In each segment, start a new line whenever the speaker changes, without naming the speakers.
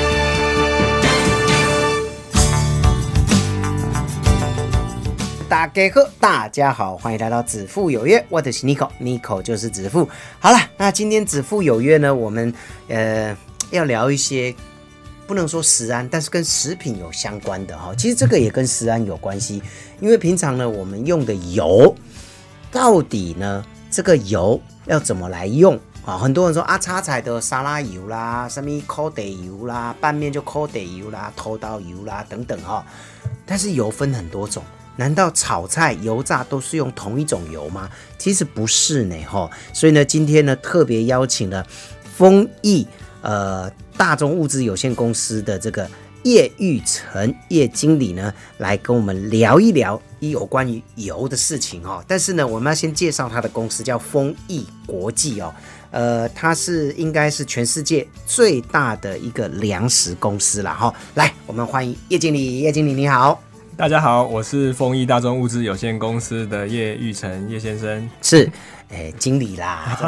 大家好，大家好，欢迎来到子父有约，我的是 Nico，Nico 就是子父。好了，那今天子父有约呢，我们呃要聊一些不能说食安，但是跟食品有相关的哈。其实这个也跟食安有关系，因为平常呢我们用的油，到底呢这个油要怎么来用？啊，很多人说啊，叉彩的沙拉油啦，什么烤得油啦，拌面就烤得油啦，头刀油啦等等哈、但是油分很多种，难道炒菜、油炸都是用同一种油吗？其实不是呢，哈。所以呢，今天呢特别邀请了丰益呃大众物资有限公司的这个叶玉成叶经理呢，来跟我们聊一聊有关于油的事情哦。但是呢，我们要先介绍他的公司叫丰益国际哦。呃，它是应该是全世界最大的一个粮食公司了哈、来，我们欢迎叶经理，叶经理你好。
大家好，我是丰益大众物资有限公司的叶玉成叶先 生，
是，诶、哎经理啦。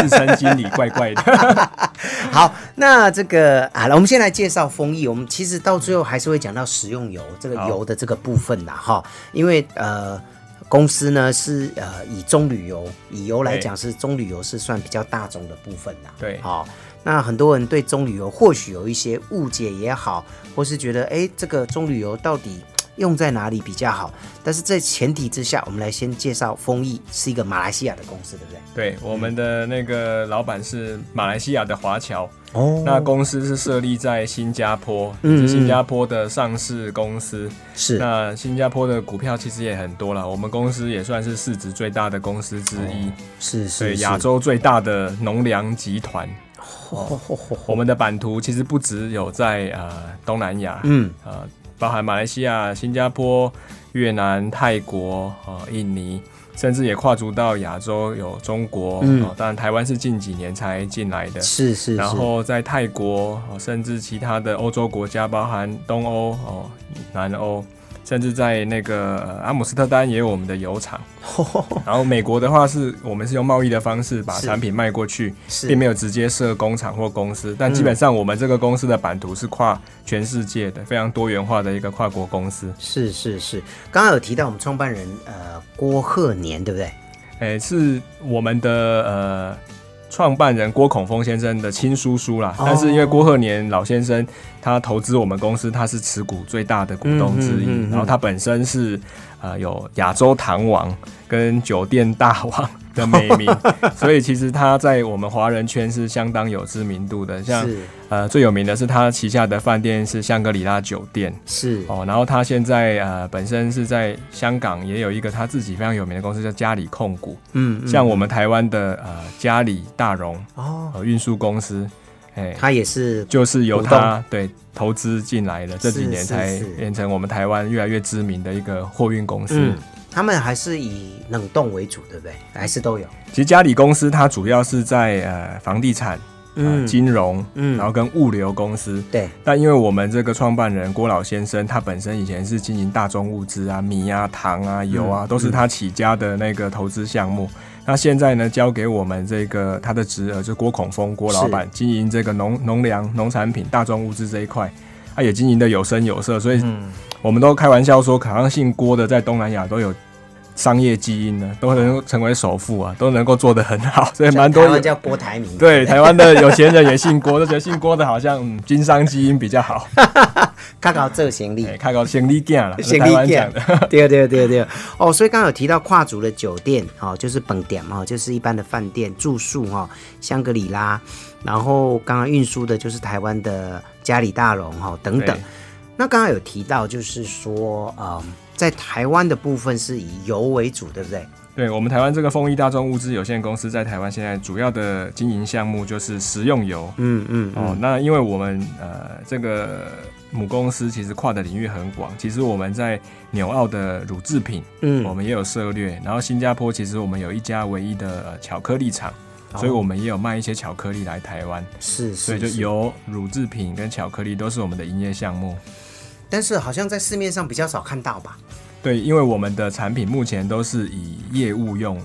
自称经理，怪怪的。
好，那这个啊，我们先来介绍丰益。我们其实到最后还是会讲到食用油这个
好
油的这个部分啦，哈，因为呃。公司呢是呃以棕榈油，以油来
对
讲是棕榈油是算比较大众的部分啦。
对
好、那很多人对棕榈油或许有一些误解也好，或是觉得哎、诶这个棕榈油到底用在哪里比较好？但是在前提之下，我们来先介绍丰益是一个马来西亚的公司，对不对？
对，我们的那个老板是马来西亚的华侨，
哦
那公司是设立在新加坡，
嗯
是新加坡的上市公司。
是
那新加坡的股票其实也很多了，我们公司也算是市值最大的公司之
哦
一，
是是
对，亚洲最大的农粮集团。
哦
我们的版图其实不只有在呃东南亚，
嗯，
呃，包含马来西亚、新加坡、越南、泰国、呃印尼，甚至也跨足到亚洲，有中国，
嗯
呃当然台湾是近几年才进来的，
是是，
然
是
后在泰国、呃甚至其他的欧洲国家，包含东欧、哦、南欧，甚至在那个、呃阿姆斯特丹也有我们的油厂。然后美国的话是，我们是用贸易的方式把
是
产品卖过去，
是嗯
并没有直接设工厂或公司，但基本上我们这个公司的版图是跨全世界的，非常多元化的一个跨国公司。
是是是，刚刚有提到我们创办人呃郭鹤年，对不对？
诶，哎是我们的呃创办人郭孔峰先生的亲叔叔啦。
哦
但是因为郭鹤年老先生他投资我们公司，他是持股最大的股东之一，
嗯嗯嗯嗯
然后他本身是呃有亚洲糖王跟酒店大王。的美名， 所以其实他在我们华人圈是相当有知名度的。像
是
呃最有名的是他旗下的饭店是香格里拉酒店，
是
哦，然后他现在呃本身是在香港也有一个他自己非常有名的公司叫嘉里控股，
嗯嗯
像我们台湾的呃嘉里大荣
哦，
呃运输公司，哎，
他也是
就是由
股
他对投资进来的，这几
是
年
是
才
是
变成我们台湾越来越知名的一个货运公司。
嗯，他们还是以冷冻为主，对不对？还是都有
其实嘉里公司它主要是在呃房地产、
嗯
呃、金融，
嗯
然后跟物流公司，
对
但因为我们这个创办人郭老先生，他本身以前是经营大宗物资啊、米啊、糖啊、油
嗯
啊，都是他起家的那个投资项目。那现在呢，交给我们这个他的侄儿，就郭孔峰郭老板经营这个农农粮、农产品、大宗物资这一块，他也经营的有声有色，所以
嗯
我们都开玩笑说，好像姓郭的在东南亚都有。商业基因呢，都能够成为首富啊，都能够做得很好，所以蛮多
台湾叫郭台铭，
对，台湾的有钱人也姓郭，都觉得姓郭的好像嗯经商基因比较 好，
看到这行李
哎，看到姓李干了，
行
台湾讲的。
对对对对，哦，所以刚刚有提到跨足的酒店，哦，就是本点哦，就是一般的饭店住宿哦，香格里拉，然后刚刚运输的就是台湾的嘉里大荣哈、哦、等等
对。
那刚刚有提到，就是说，嗯，在台湾的部分是以油为主，对不对？
对我们台湾这个丰益大众物资有限公司在台湾现在主要的经营项目就是食用油。
嗯嗯，
哦，那因为我们呃这个母公司其实跨的领域很广，其实我们在纽澳的乳制品，
嗯
我们也有涉略，然后新加坡其实我们有一家唯一的、呃巧克力厂。
哦
所以我们也有卖一些巧克力来台湾，
是
所以
是
就是油、乳制品跟巧克力都是我们的营业项目。
但是好像在市面上比较少看到吧？
对，因为我们的产品目前都是以业务用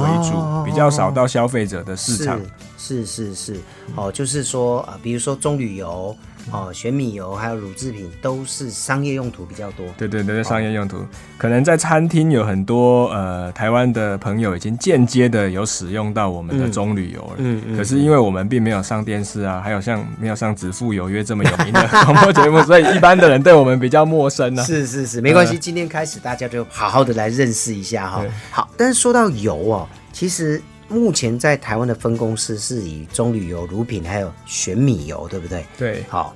为主，
哦
比较少到消费者的市场。
是是是是，哦，就是说啊、呃比如说棕榈油、哦玄米油，还有乳制品，都是商业用途比较多。
对对对，对商业用途，可能在餐厅有很多呃台湾的朋友已经间接的有使用到我们的棕榈油了。
嗯嗯
可是因为我们并没有上电视啊，还有像没有上《指腹有约》这么有名的 广播节目，所以一般的人对我们比较陌生啊呢、
是是是，没关系，今天开始大家就好好的来认识一下哈、
嗯对
好，但是说到油哦，其实目前在台湾的分公司是以棕榈油、乳品还有玄米油，对不对？
对，
好，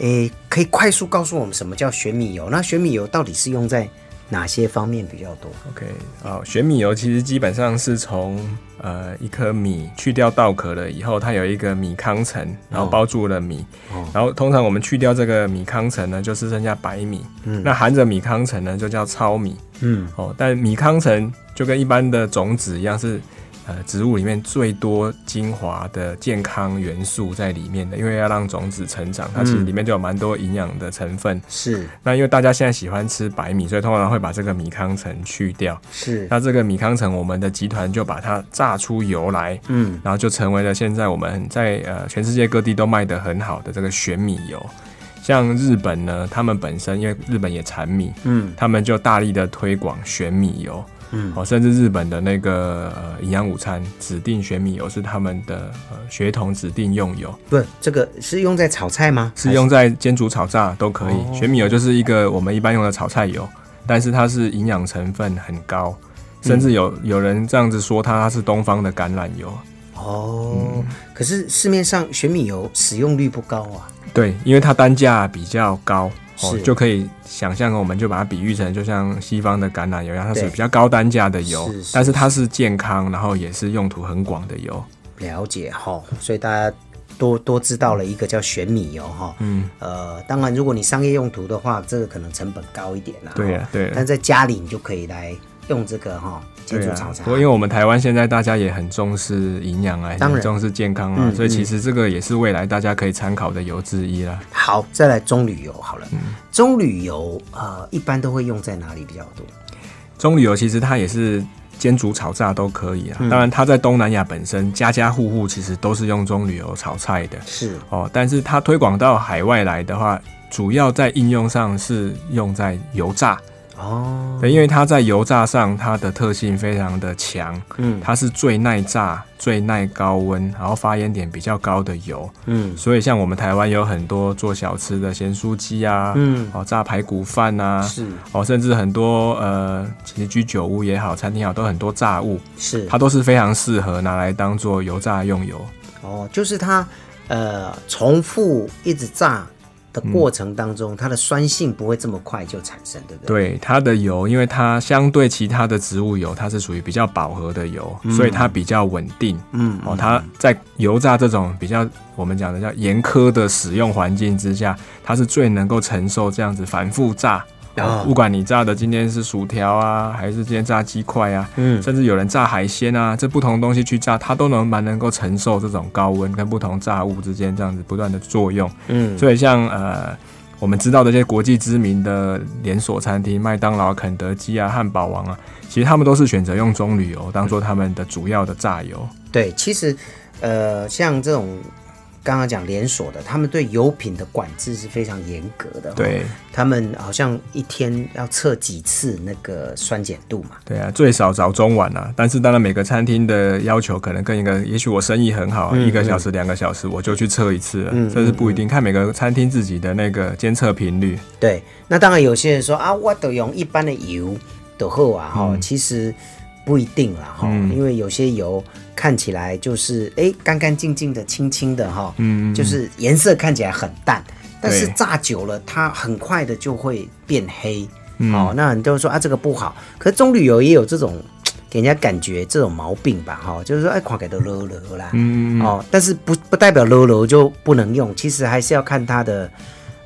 诶，可以快速告诉我们什么叫玄米油？那玄米油到底是用在哪些方面比较多？
OK，哦，玄米油其实基本上是从呃一颗米去掉稻壳了以后，它有一个米糠层，然后包住了米，然后通常我们去掉这个米糠层呢，就是剩下白米，那含着米糠层呢就叫糙米，
嗯，
哦，但米糠层就跟一般的种子一样是。呃，植物里面最多精华的健康元素在里面的，因为要让种子成长，它其实里面就有蛮多营养的成分。
是
那因为大家现在喜欢吃白米，所以通常会把这个米糠层去掉。
是，
那这个米糠层，我们的集团就把它榨出油来，
嗯，
然后就成为了现在我们在呃全世界各地都卖得很好的这个玄米油。像日本呢，他们本身因为日本也产米，
嗯，
他们就大力的推广玄米油，
嗯
哦，甚至日本的那个呃营养午餐指定玄米油是他们的呃血统指定用油，
不，这个是用在炒菜吗？
是用在煎煮炒炸都可以。玄米油就是一个我们一般用的炒菜油，但是它是营养成分很高，甚至有有人这样子说它它是东方的橄榄油。
还是哦。
嗯
可是市面上玄米油使用率不高啊。
对，因为它单价比较高，哦
是，
就可以想象，我们就把它比喻成就像西方的橄榄油一样，它是
对
比较高单价的油
是是，
但是它是健康，然后也是用途很广的油。
了解哈、所以大家多多知道了一个叫玄米油哈、
嗯，
呃，当然如果你商业用途的话，这个可能成本高一点啦、
对
哈
呀，对呀
但。在家里你就可以来用这个哈、煎
对
煮
啊
炒，菜。
不过因为我们台湾现在大家也很重视营养啊，也
当然
很重视健康啊，
嗯
所以
嗯
其实这个也是未来大家可以参考的油之一啦。
好，再来棕榈油好
嗯
了。棕榈油呃，一般都会用在哪里比较多？
棕榈油其实它也是煎煮炒炸都可以啊。
嗯
当然，它在东南亚本身家家户户其实都是用棕榈油炒菜的
是
哦。但是它推广到海外来的话，主要在应用上是用在油炸，
哦，
对，因为它在油炸上它的特性非常的强，
嗯
它是最耐炸、最耐高温，然后发烟点比较高的油。
嗯
所以像我们台湾有很多做小吃的咸酥鸡啊，
嗯
哦炸排骨饭啊，
是
哦，甚至很多呃，其实居酒屋也好，餐厅也好，都很多炸物，
是
它都是非常适合拿来当做油炸用油。
哦，就是它呃重复一直炸的过程当中，它的酸性不会这么快就产生，对不对？
嗯对它的油，因为它相对其他的植物油，它是属于比较饱和的油，所以它比较稳定。
嗯
哦，它在油炸这种比较我们讲的叫严苛的使用环境之下，它是最能够承受这样子反复炸。
哦
哦不管你炸的今天是薯条啊，还是今天炸鸡块啊，
嗯
甚至有人炸海鲜啊，这不同东西去炸，它都能蛮能够承受这种高温跟不同炸物之间这样子不断的作用。
嗯
所以像呃，我们知道的这些国际知名的连锁餐厅，麦当劳、肯德基啊、汉堡王啊，其实他们都是选择用棕榈油当做他们的主要的炸油。
对，其实呃像这种。刚刚讲连锁的，他们对油品的管制是非常严格的、，
对
他们好像一天要测几次那个酸碱度嘛。
对啊，最少早中晚啊。但是当然每个餐厅的要求可能跟一个，也许我生意很好，一个小时、两个小时我就去测一次了，这是不一定，看每个餐厅自己的那个监测频率。
对，那当然有些人说啊，我都用一般的油的好啊，哈、
嗯
其实不一定啦，哈、因为有些油看起来就是哎干干净净的、清清的哈，嗯，就是颜色看起来很淡，但是
对
炸久了它很快的就会变黑，
嗯
哦，那很多人说啊这个不好，可是棕榈油也有这种。给人家感觉这种毛病吧，哈、就是说，哎，看给都啰啰啦，
嗯
哦，但是不不代表啰啰就不能用，其实还是要看它的，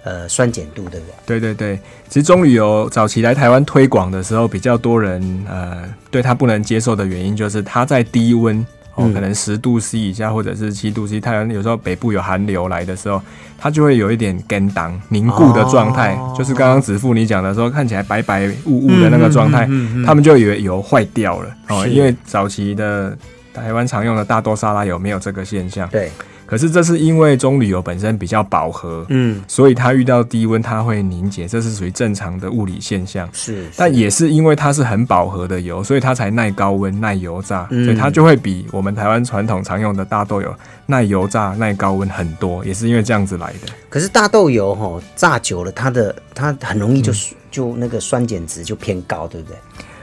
呃，酸碱度，对不对？
对对对，其实棕榈油早期来台湾推广的时候，比较多人呃对它不能接受的原因，就是它在低温哦，
嗯
可能十度 C 以下或者是七度 C，太阳有时候北部有寒流来的时候，它就会有一点干当凝固的状态，
哦
就是刚刚子父你讲的说看起来白白雾雾的那个状态，
嗯嗯嗯嗯嗯
他们就以为油坏掉了哦，
是
因为早期的台湾常用的大豆沙拉油没有这个现象，
对，
可是这是因为棕榈油本身比较饱和，
嗯，
所以它遇到低温它会凝结，这是属于正常的物理现象。
是，
但也是因为它是很饱和的油，所以它才耐高温、耐油炸，
嗯
所以它就会比我们台湾传统常用的大豆油耐油炸、耐高温很多，也是因为这样子来的。
可是大豆油哈、炸久了，它的它很容易就、就那个酸碱值就偏高，对不对？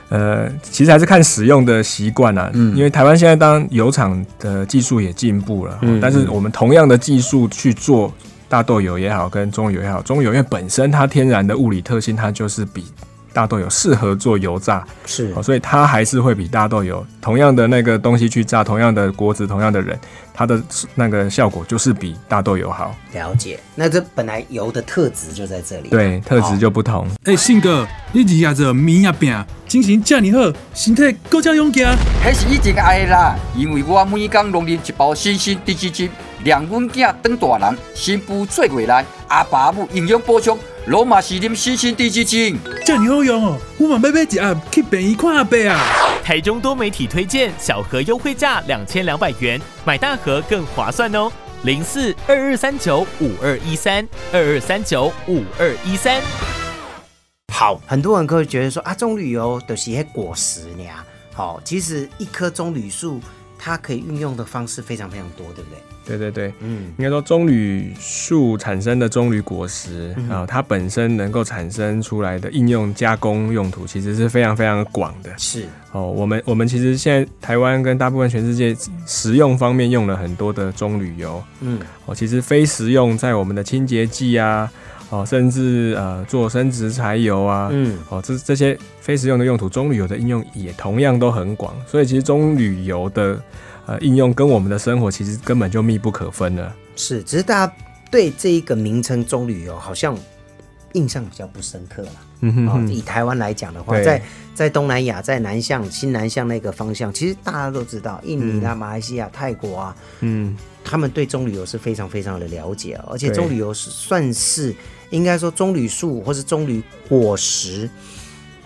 呃，其实还是看使用的习惯啦，
嗯
因为台湾现在当然油厂的技术也进步了，
嗯
但是我们同样的技术去做大豆油也好，跟棕榈油也好，棕榈油因为本身它天然的物理特性，它就是比大豆油适合做油炸，
是
哦，所以它还是会比大豆油同样的那个东西去炸，同样的锅子，同样的人，它的那个效果就是比大豆油好。
了解。那这本来油的特质就在这里。，
对，特质就不同。
哎、信哥，你日夜做面也饼，精神遮尔好，身体更加勇健。啊
迄是以前爱的啦，因为我每天拢啉一包新鲜低脂汁，让阮囝当大人，新妇做未来，阿爸阿母营养补充，拢嘛是啉新鲜低脂汁。
遮尔好用哦，我嘛要买一盒去病院看阿伯啊。
台中多媒体推荐小盒优惠价两千两百元，买大盒更划算哦。零四二二三九五二一三二二三九五二一三。
好，很多人可能觉得说啊，棕榈油的是一些果实呀。好、其实一棵棕榈树它可以运用的方式非常非常多，对不对？
对对对，
嗯，
应该说棕榈树产生的棕榈果实啊、它本身能够产生出来的应用加工用途，其实是非常非常广的。
是
哦，我们我们其实现在台湾跟大部分全世界食用方面用了很多的棕榈油，
嗯，
哦，其实非食用在我们的清洁剂啊，哦，甚至呃做生殖柴油啊，
嗯，
哦，这这些非食用的用途，棕榈油的应用也同样都很广，所以其实棕榈油的呃应用跟我们的生活其实根本就密不可分了。
是，只是大家对这一个名称棕榈油好像印象比较不深刻啦。
嗯哼
啊、
哼
以台湾来讲的话，
对
在在东南亚、在南向、新南向那个方向，其实大家都知道，印尼啦、啊马来西亚、泰国啊，
嗯，
他们对棕榈油是非常非常的了解哦，而且
对
棕榈油是算是应该说棕榈树或是棕榈果实，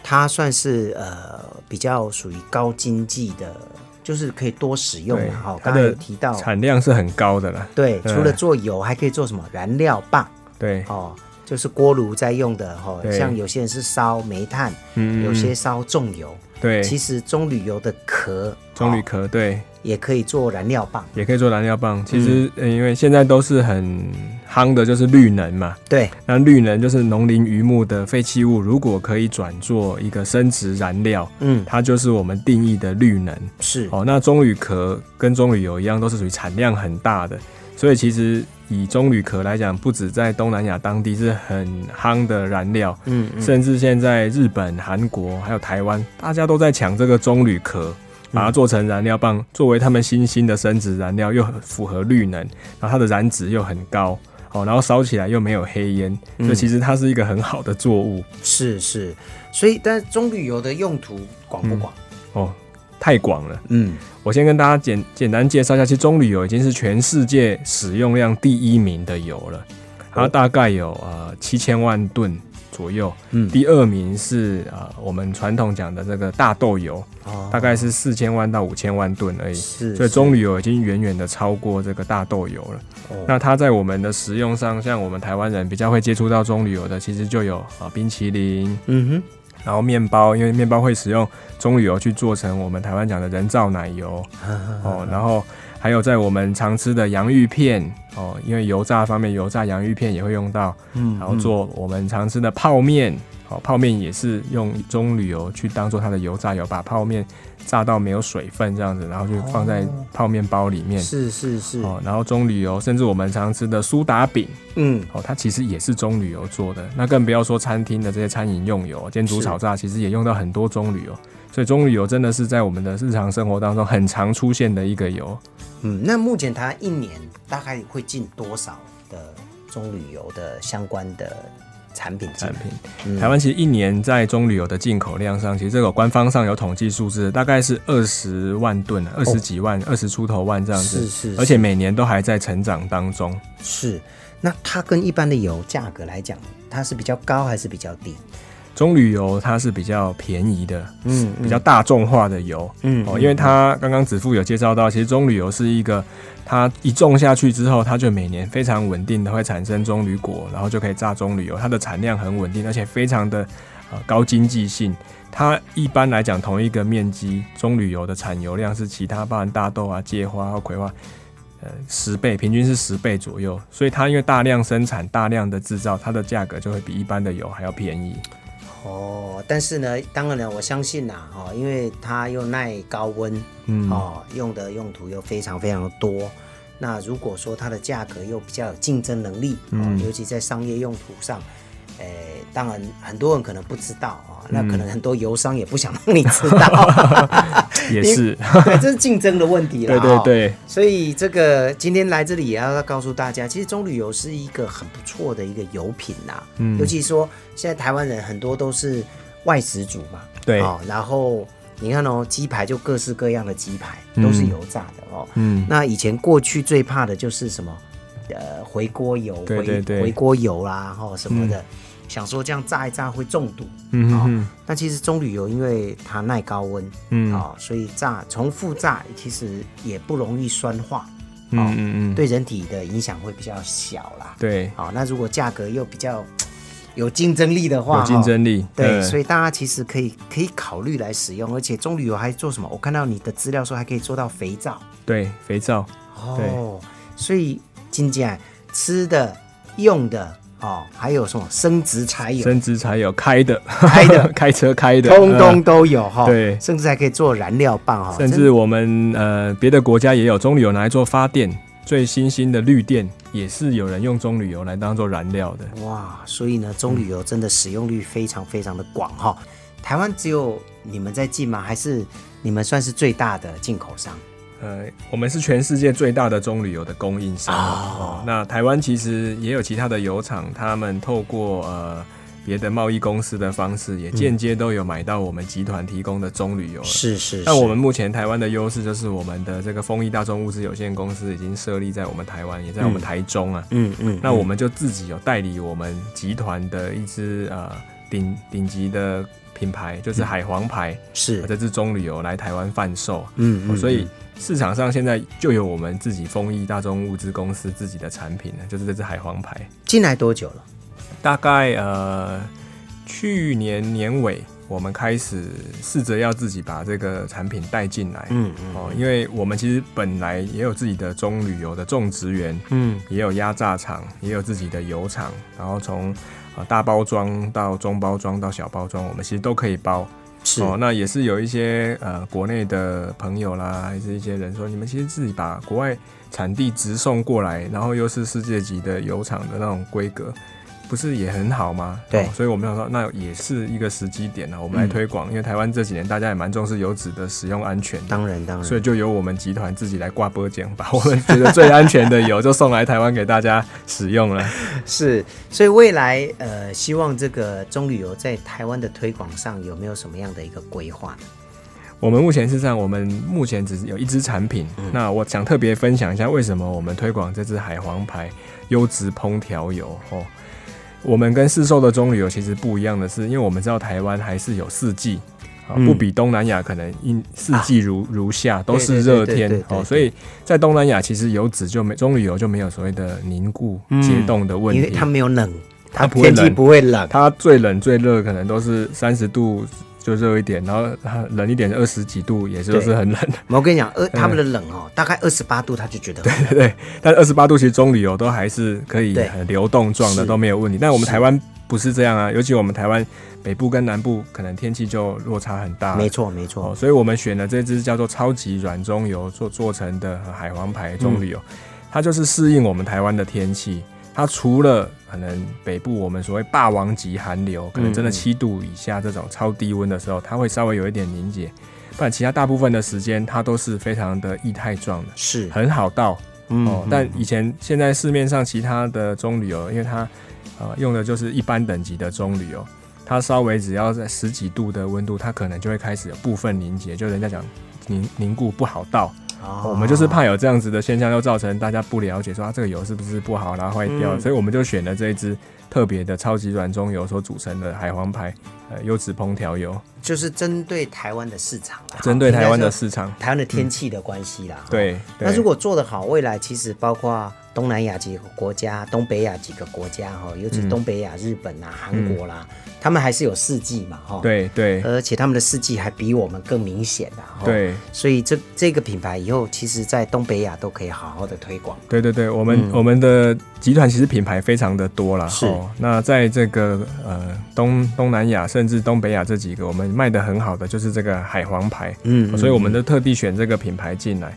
它算是呃比较属于高经济的，就是可以多使用
对
嘛。哈、
它
刚才有
的
提到，
产量是很高的啦，
对，
嗯
除了做油，还可以做什么燃料棒
对，
哦。就是锅炉在用的哈、哦，
对
像有些人是烧煤炭，
嗯
有些烧重油，
对，
其实棕榈油的壳，
棕榈
哦
壳对。
也可以做燃料棒，
也可以做燃料棒，其实、呃因为现在都是很夯的，就是绿能嘛，
对，
那绿能就是农林渔牧的废弃物，如果可以转做一个生殖燃料，
嗯，
它就是我们定义的绿能。
是，
哦，那棕榈壳跟棕榈油一样，都是属于产量很大的，所以其实以棕榈壳来讲，不止在东南亚当地是很夯的燃料，
嗯嗯
甚至现在日本、韩国还有台湾，大家都在抢这个棕榈壳。把
嗯
它做成燃料棒，作为他们新兴的生殖燃料，又很符合绿能，然后它的燃值又很高，哦，然后烧起来又没有黑烟，
嗯
所以其实它是一个很好的作物
是是，所以但是棕榈油的用途广不广？
哦，太广了。
嗯，
我先跟大家简简单介绍一下，其实棕榈油已经是全世界使用量第一名的油了，它大概有呃七千万吨左右。
嗯
第二名是呃我们传统讲的这个大豆油，
哦
大概是四千万到五千万吨而已。
是
所以
是
棕榈油已经远远的超过这个大豆油了。
哦
那它在我们的食用上，像我们台湾人比较会接触到棕榈油的，其实就有啊、呃冰淇淋，
嗯
然后面包，因为面包会使用棕榈油去做成我们台湾讲的人造奶 油哦，然后还有在我们常吃的洋芋片哦，因为油炸方面，油炸洋芋片也会用到，嗯，然后做我们常吃的泡面，哦，泡面也是用棕榈油去当做它的油炸油，把泡面炸到没有水分这样子，然后就放在泡面包里面
哼，。是是是，
嗯哦，然后棕榈油，甚至我们常吃的苏打饼，
嗯，
哦，它其实也是棕榈油做的，那更不要说餐厅的这些餐饮用油，哦煎煮炒炸其实也用到很多棕榈油，所以棕榈油真的是在我们的日常生活当中很常出现的一个油。
嗯，那目前它一年大概会进多少的棕榈油的相关的产品进
产
来。
品。
嗯
台湾其实一年在中旅游的进口量上，其实这个官方上有统计数字，大概是二十万吨，啊二十几万，二十、出头万这样子。
哦是是
而且每年都还在成长当中。
是，那它跟一般的油价格来讲，它是比较高还是比较低？
中旅游它是比较便宜的，
嗯
比较大众化的油，
嗯
哦，因为它刚刚子富有介绍到，其实中旅游是一个，它一种下去之后，它就每年非常稳定的会产生棕榈果，然后就可以榨棕榈油，它的产量很稳定，而且非常的呃高经济性。它一般来讲，同一个面积，棕榈油的产油量是其他包含大豆啊、芥花和葵花。呃，十倍，平均是十倍左右，所以它因为大量生产、大量的制造，它的价格就会比一般的油还要便宜。
哦，但是呢，当然了，我相信啦，哦，因为它又耐高温，
嗯
哦，用的用途又非常非常的多。那如果说它的价格又比较有竞争能力，哦，
嗯
尤其在商业用途上，呃，当然很多人可能不知道啊、哦，那可能很多油商也不想让你知 道，
也是
对，这是竞争的问题了、 哦
对对对，
所以这个今天来这里也要告诉大家，其实棕榈油是一个很不错的一个油品呐、
嗯
尤其说现在台湾人很多都是外食族嘛，
对
哦，然后你看哦，鸡排就各式各样的鸡排都是油炸的哦，
嗯，
那以前过去最怕的就是什么，呃，回锅油，
对对对
回回锅油啦，哈、什么的，想说这样炸一炸会中毒，
嗯
哦
哼哼
那其实棕榈油因为它耐高温，
嗯
啊、所以炸重复炸其实也不容易酸化，
嗯嗯嗯，
对人体的影响会比较小啦。，
对，
好、那如果价格又比较有竞争力的话，
有竞争
力。
力，
对，所
以
以大家其实可以可以考虑来使用，而且棕榈油还做什么？我看到你的资料说还可以做到肥皂
对肥皂，
哦，所以金姐啊吃的、用的哦，还有什么生殖柴油，
生殖柴油开的，
开的
开车开的，
通通
呃
都有哈、
对
甚至还可以做燃料棒哈、
甚
真
至我们呃别的国家也有棕榈油拿来做发电，最新兴的绿电也是有人用棕榈油来当做燃料的，
哇，所以呢，棕榈油真的使用率非常非常的广哈、台湾只有你们在进吗？还是你们算是最大的进口商？
呃，我们是全世界最大的棕榈油的供应商
哦
哦。那台湾其实也有其他的油厂，他们透过呃别的贸易公司的方式，也间接都有买到我们集团提供的棕榈油了。
是是
那我们目前台湾的优势就是我们的这个丰益大众物资有限公司已经设立在我们台湾，也在我们台中啊。
嗯嗯，
那我们就自己有代理我们集团的一支呃顶顶级的品牌，
嗯
就是海皇牌，
是
这支棕榈油来台湾贩售。
嗯
哦所以市场上现在就有我们自己丰益大众物资公司自己的产品呢，就是这支海皇牌。
进来多久了？
大概呃去年年尾，我们开始试着要自己把这个产品带进来。
嗯嗯
哦，因为我们其实本来也有自己的棕榈油的种植园，
嗯
也有压榨厂，也有自己的油厂，然后从呃大包装到中包装到小包装，我们其实都可以包。
是
哦，那也是有一些呃国内的朋友啦，还是一些人说，你们其实自己把国外产地直送过来，然后又是世界级的油厂的那种规格，不是也很好吗？
对嗯
哦所以我们想说，那也是一个时机点啊呢、我们来推广，因为台湾这几年大家也蛮重视油脂的使用安全的。
当然当然，
所以就由我们集团自己来挂波奖，把我们觉得最安全的油就送来台湾给大家使用了。
是所以未来呃，希望这个棕榈油在台湾的推广上有没有什么样的一个规划呢？
我们目前是这样，我们目前只是有一支产品。
嗯
那我想特别分享一下，为什么我们推广这支海皇牌优质烹调油哦。我们跟市售的棕榈油其实不一样的是，因为我们知道台湾还是有四季，啊、
嗯
不比东南亚可能因四季如、如夏都是热
啊对对对对
天
对
哦，
对
所以在东南亚其实油脂就没棕榈油就没有所谓的凝固结冻的问
嗯因
题，
为它没有冷，
它不会
天气
冷
不会冷，
它最冷最热可能都是三十度就热一点，然后它冷一点二十几度也就是
对
很冷。
我跟你讲，呃，他们的冷哦，大概二十八度他就觉得很冷
嗯对对，但二十八度其实中旅游都还是可以
对
很流动状的，
是
都没有问题。但我们
是
台湾不是这样啊，尤其我们台湾北部跟南部可能天气就落差很大。
没错没错
哦，，所以我们选的这支叫做超级软棕油做做成的海皇牌
嗯
棕榈油，它就是适应我们台湾的天气。它除了可能北部我们所谓霸王级寒流，可能真的
嗯嗯
七度以下这种超低温的时候，它会稍微有一点凝结，不然其他大部分的时间它都是非常的液态状的，
是
很好倒。
嗯
哦，但以前现在市面上其他的棕榈油，因为它呃，用的就是一般等级的棕榈哦。它稍微只要在十几度的温度，它可能就会开始有部分凝结，就人家讲凝凝固不好倒。
哦
我们就是怕有这样子的现象，又造成大家不了解说啊这个油是不是不好啦、坏掉，
嗯
所以我们就选了这一支特别的超级软棕油所组成的海黄牌呃优质烹调油，
就是针对台湾的市场啦，
针对台湾
哦应
的
该说
市场。嗯
台湾的天气的关系啦。
对
哦，
对
那如果做得好，未来其实包括东南亚几个国家、东北亚几个国家哈，哦尤
嗯
其是东北亚、日本啊、韩国啦，他们还是有四季嘛哈。哦，
对对
而且他们的四季还比我们更明显的哈。哦
对
所以这这个品牌以后其实在东北亚都可以好好的推广。
对对对，我们、我们的集团其实品牌非常的多啦。
嗯是
哦，那在这个呃东东南亚甚至东北亚这几个，我们卖的很好的就是这个海黄牌。哦
嗯
所以我们都特地选这个品牌进来。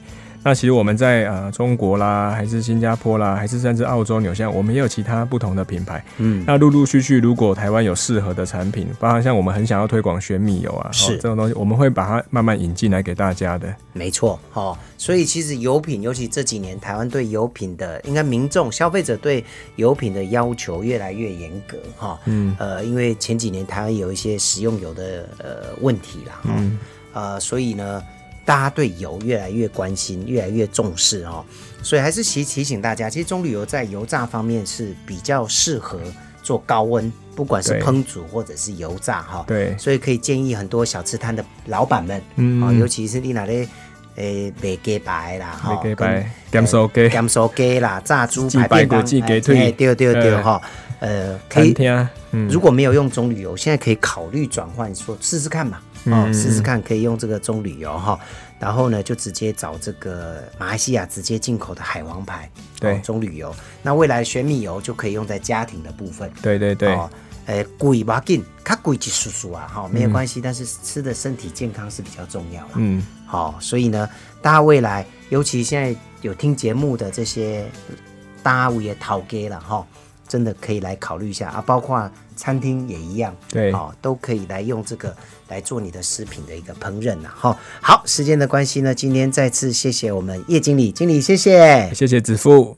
那其实我们在呃中国啦，还是新加坡啦，还是甚至澳洲、纽西兰，我们也有其他不同的品牌。
嗯
那陆陆续续，如果台湾有适合的产品，包含像我们很想要推广玄米油啊，
是
这种东西，我们会把它慢慢引进来给大家的。
没错，哦，所以其实油品，尤其这几年台湾对油品的，应该民众消费者对油品的要求越来越严格，哈、嗯，呃，因为前几年台湾有一些食用油的呃问题啦，哈、
嗯
呃，所以呢，大家对油越来越关心，越来越重视哦，所以还是提提醒大家，其实棕榈油在油炸方面是比较适合做高温，不管是
对
烹煮或者是油炸，哈、
对
所以可以建议很多小吃摊的老板们，嗯，哦，尤其是你那咧。诶，卖鸡排啦，哈，
卖鸡排
跟
点数鸡
呃点手鸡 啦，炸猪
鸡
排
排
便当，
国际
哎
鸡腿
哎对对对，
呃
哈，呃，可
餐
以，
厅啊，嗯，
如果没有用棕榈油，现在可以考虑转换，说试试看嘛，
嗯
哦，试试看可以用这个棕榈油哈，然后呢就直接找这个马来西亚直接进口的海王牌，
对
哦棕榈油，那未来玄米油就可以用在家庭的部分，
对对对，
哦，呃，贵吧紧，它贵一叔叔啊，哈、没有关系，但是吃的身体健康是比较重要啊啦。
嗯，
好、所以呢，大家未来，尤其现在有听节目的这些大家有也讨给了哈、真的可以来考虑一下啊，包括餐厅也一样，
对
哦，都可以来用这个来做你的食品的一个烹饪了哈、好，时间的关系呢，今天再次谢谢我们叶经理，经理谢谢
谢谢子富，